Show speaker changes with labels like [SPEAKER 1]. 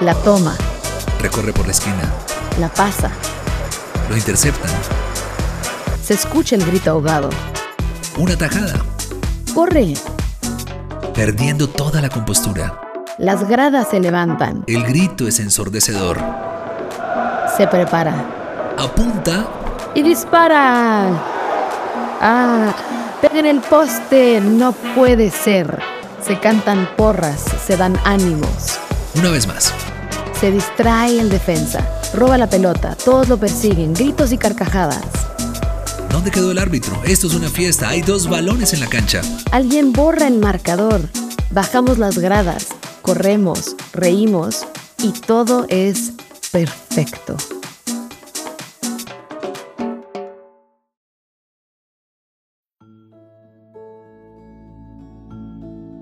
[SPEAKER 1] La toma,
[SPEAKER 2] Recorre por la esquina.
[SPEAKER 1] la pasa,
[SPEAKER 2] Lo interceptan.
[SPEAKER 1] se escucha el grito ahogado.
[SPEAKER 2] Una tajada.
[SPEAKER 1] Corre,
[SPEAKER 2] Perdiendo toda la compostura.
[SPEAKER 1] las gradas se levantan,
[SPEAKER 2] El grito es ensordecedor.
[SPEAKER 1] se prepara
[SPEAKER 2] Apunta.
[SPEAKER 1] y dispara. Ah, pega en el poste, no puede ser. Se cantan porras, se dan ánimos.
[SPEAKER 2] Una vez más.
[SPEAKER 1] Se distrae el defensa, roba la pelota, todos lo persiguen, gritos y carcajadas.
[SPEAKER 2] ¿Dónde quedó el árbitro? Esto es una fiesta. Hay dos balones en la cancha.
[SPEAKER 1] Alguien borra el marcador, bajamos las gradas, corremos, reímos y todo es perfecto.